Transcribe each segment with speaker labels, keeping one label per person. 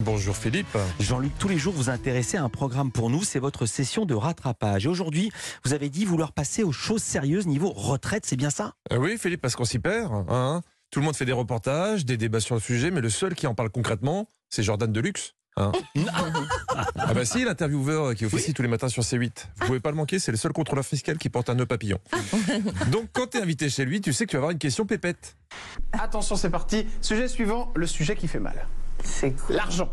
Speaker 1: Bonjour Philippe.
Speaker 2: Jean-Luc, tous les jours, vous intéressez à un programme pour nous, c'est votre session de rattrapage. Et aujourd'hui, vous avez dit vouloir passer aux choses sérieuses niveau retraite, c'est bien ça
Speaker 1: Euh, oui Philippe, parce qu'on s'y perd. hein. Tout le monde fait des reportages, des débats sur le sujet, mais le seul qui en parle concrètement, c'est Jordan Deluxe. hein. ah bah si, l'intervieweur qui officie tous les matins sur C8. Vous pouvez pas le manquer, c'est le seul contrôleur fiscal qui porte un nœud papillon. Donc quand t'es invité chez lui, tu sais que tu vas avoir une question pépette.
Speaker 3: Attention, c'est parti. Sujet suivant, le sujet qui fait mal.
Speaker 4: C'est quoi
Speaker 3: L'argent.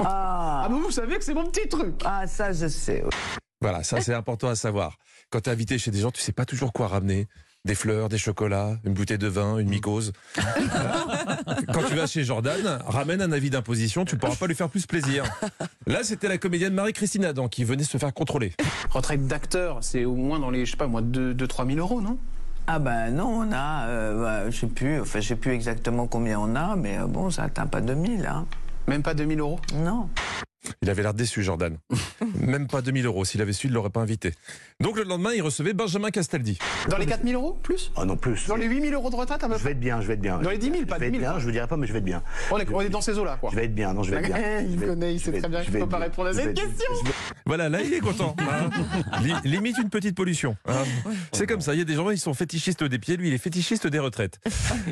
Speaker 4: ah,
Speaker 3: Ah, mais vous savez que c'est mon petit truc.
Speaker 4: ah, ça je sais. oui.
Speaker 1: Voilà, ça c'est important à savoir. Quand t'es invité chez des gens, tu sais pas toujours quoi ramener. Des fleurs, des chocolats, une bouteille de vin, une mycose. Quand tu vas chez Jordan, ramène un avis d'imposition, tu pourras pas lui faire plus plaisir. Là, c'était la comédienne Marie-Christine Adam qui venait se faire contrôler.
Speaker 3: Retraite d'acteur, c'est au moins dans les, je sais pas moi, 2-3 000 euros, non
Speaker 4: Ah ben non, on a, euh, bah, je sais plus, enfin je sais plus exactement combien on a, mais euh, bon, ça atteint pas 2000, hein.
Speaker 3: Même pas 2 000 euros
Speaker 4: Non.
Speaker 1: Il avait l'air déçu, Jordan. Même pas 2000 euros. S'il avait su, il l'aurait pas invité. Donc le lendemain, il recevait Benjamin Castaldi.
Speaker 3: Dans les 4 000 euros Plus
Speaker 5: Ah non, plus.
Speaker 3: Dans les 8 000 euros de retraite, à peu
Speaker 5: Je vais
Speaker 3: près
Speaker 5: être bien, je vais être bien.
Speaker 3: Dans les 10 000, pas
Speaker 5: Je vais être
Speaker 3: 10 000.
Speaker 5: bien, je vous dirai pas, mais je vais être bien.
Speaker 3: on est, on est dans ces eaux-là, quoi.
Speaker 5: Je vais être bien, non, je vais être bien.
Speaker 3: Il
Speaker 5: Je vais-
Speaker 3: connaît, il
Speaker 5: je
Speaker 3: sait
Speaker 5: vais-
Speaker 3: très bien
Speaker 5: je
Speaker 3: qu'il
Speaker 5: vais
Speaker 3: peut
Speaker 5: être
Speaker 3: pas
Speaker 5: bien.
Speaker 3: répondre à
Speaker 5: Je
Speaker 3: cette
Speaker 5: vais être-
Speaker 3: question.
Speaker 5: je vais-
Speaker 1: Voilà, là, il est content. hein. Li- limite une petite pollution. hein. C'est comme ça. Il y a des gens, ils sont fétichistes des pieds. Lui, il est fétichiste des retraites.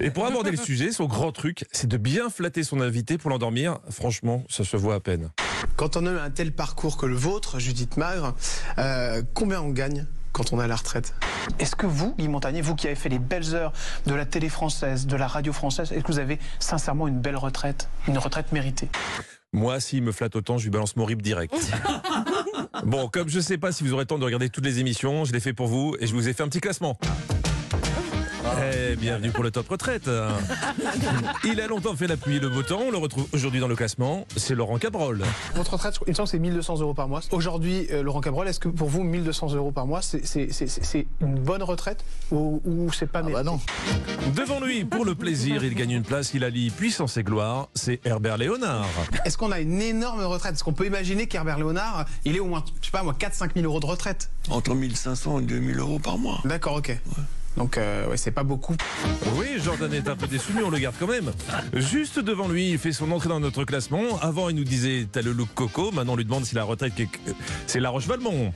Speaker 1: Et pour aborder le sujet, son grand truc, c'est de bien flatter son invité pour l'endormir. Franchement, ça se voit à peine.
Speaker 6: Quand on a eu un tel parcours que le vôtre, Judith Magre, euh, combien on gagne quand on est à la retraite
Speaker 3: Est-ce que vous, Guy Montagnier, vous qui avez fait les belles heures de la télé française, de la radio française, est-ce que vous avez sincèrement une belle retraite Une retraite méritée
Speaker 1: Moi, s'il me flatte autant, je lui balance mon rip direct. Bon, comme je sais pas si vous aurez le temps de regarder toutes les émissions, je l'ai fait pour vous et je vous ai fait un petit classement. Eh, bienvenue pour le top retraite. hein. Il a longtemps fait la pluie et le beau temps. On le retrouve aujourd'hui dans le classement. C'est Laurent Cabrol.
Speaker 6: Votre retraite, il me semble que c'est 1200 euros par mois. Aujourd'hui, euh, Laurent Cabrol, est-ce que pour vous, 1200 euros par mois, c'est- c'est c'est- c'est- c'est une bonne retraite ou, ou c'est pas mérité
Speaker 1: Devant lui, pour le plaisir, il gagne une place. Il allie puissance et gloire. C'est Herbert Léonard.
Speaker 6: Est-ce qu'on a une énorme retraite Est-ce qu'on peut imaginer qu'Herbert Léonard, il est au moins, je sais pas moi, 4-5 000 euros de retraite
Speaker 7: entre 1500 et 2000 euros par mois.
Speaker 6: D'accord, ok. Donc, euh, ouais, c'est pas beaucoup.
Speaker 1: Oui, Jordan est un peu déçu, mais on le garde quand même. Juste devant lui, il fait son entrée dans notre classement. Avant, il nous disait T'as le look coco. Maintenant, on lui demande si la retraite. que- C'est La Roche-Valmont.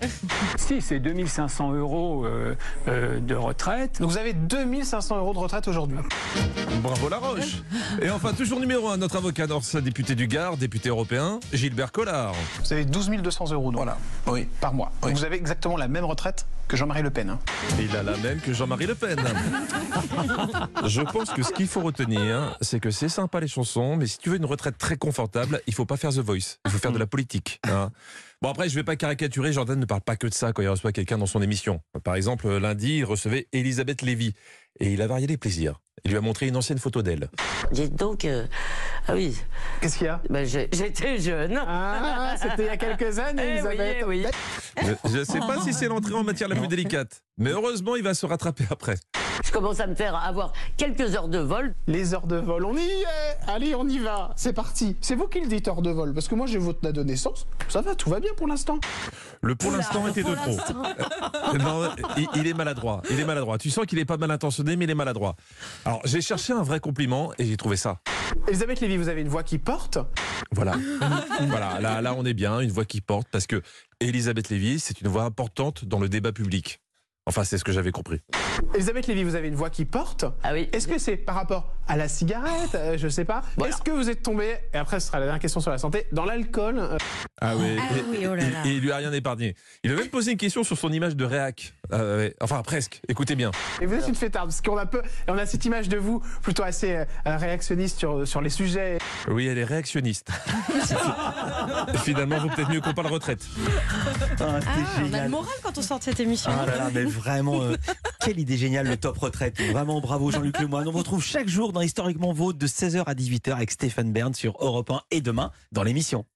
Speaker 8: Si, c'est 2500 euros euh, euh, de retraite.
Speaker 6: Donc, vous avez 2500 euros de retraite aujourd'hui.
Speaker 1: Bravo La Roche. Et enfin, toujours numéro un, notre avocat sa député du Gard, député européen, Gilbert Collard.
Speaker 6: Vous avez 12 200 euros, donc, voilà.
Speaker 7: Oui.
Speaker 6: par mois.
Speaker 7: Oui.
Speaker 6: Vous avez exactement la même retraite que Jean-Marie Le Pen. hein.
Speaker 1: Il a la même que Jean-Marie Le Pen. Je pense que ce qu'il faut retenir, c'est que c'est sympa les chansons, mais si tu veux une retraite très confortable, il faut pas faire The Voice. Il faut faire de la politique. hein. Bon après, je vais pas caricaturer. Jordan ne parle pas que de ça quand il reçoit quelqu'un dans son émission. Par exemple, lundi, il recevait Elisabeth Lévy et il a varié les plaisirs. Il lui a montré une ancienne photo d'elle.
Speaker 9: Dites donc, euh, ah oui,
Speaker 6: Qu'est-ce qu'il y a
Speaker 9: ben, j'ai- j'étais jeune.
Speaker 6: Ah, c'était il y a quelques années,
Speaker 9: Eh oui,
Speaker 6: Elisabeth.
Speaker 9: eh oui.
Speaker 1: Je ne sais pas si c'est l'entrée en matière la plus délicate, mais heureusement, il va se rattraper après.
Speaker 9: Je commence à me faire avoir quelques heures de vol.
Speaker 6: Les heures de vol, on y est Allez, on y va C'est parti C'est vous qui le dites heures de vol, parce que moi j'ai votre date de naissance, ça va, tout va bien pour l'instant.
Speaker 1: Le pour l'instant était de trop. Euh, non, il, il est maladroit. Il est maladroit. Tu sens qu'il est pas mal intentionné, mais il est maladroit. Alors, j'ai cherché un vrai compliment et j'ai trouvé ça.
Speaker 6: Elisabeth Lévy, vous avez une voix qui porte.
Speaker 1: Voilà. voilà. Là, là, on est bien. Une voix qui porte parce que Elisabeth Lévy, c'est une voix importante dans le débat public. Enfin, c'est ce que j'avais compris.
Speaker 6: Elisabeth Lévy, vous avez une voix qui porte.
Speaker 9: Ah oui.
Speaker 6: Est-ce que c'est par rapport à la cigarette euh, Je sais pas.
Speaker 9: Voilà.
Speaker 6: Est-ce que vous êtes tombé, et après ce sera la dernière question sur la santé, dans l'alcool euh,
Speaker 1: Ah oui.
Speaker 10: Ah
Speaker 1: et-
Speaker 10: oui, oh là
Speaker 1: et-
Speaker 10: là.
Speaker 1: et il lui a rien épargné. Il a même posé une question sur son image de réac. Ah ouais. Enfin, presque. Écoutez bien.
Speaker 6: Et vous êtes une fêtarde, parce qu'on a peu, on a cette image de vous plutôt assez euh, réactionniste sur, sur les sujets.
Speaker 1: Oui, elle est réactionniste. Finalement, vaut peut-être mieux qu'on parle retraite.
Speaker 2: Ah,
Speaker 10: Ah,
Speaker 2: c'est
Speaker 10: on a le
Speaker 2: génial.
Speaker 10: moral quand on sort de cette émission.
Speaker 2: Ah là là, mais vraiment, euh, quelle idée géniale, le top retraite. Vraiment bravo Jean-Luc Lemoyne. On vous retrouve chaque jour dans Historiquement Vôtre de 16h à 18h avec Stéphane Bern sur Europe 1 et demain dans l'émission.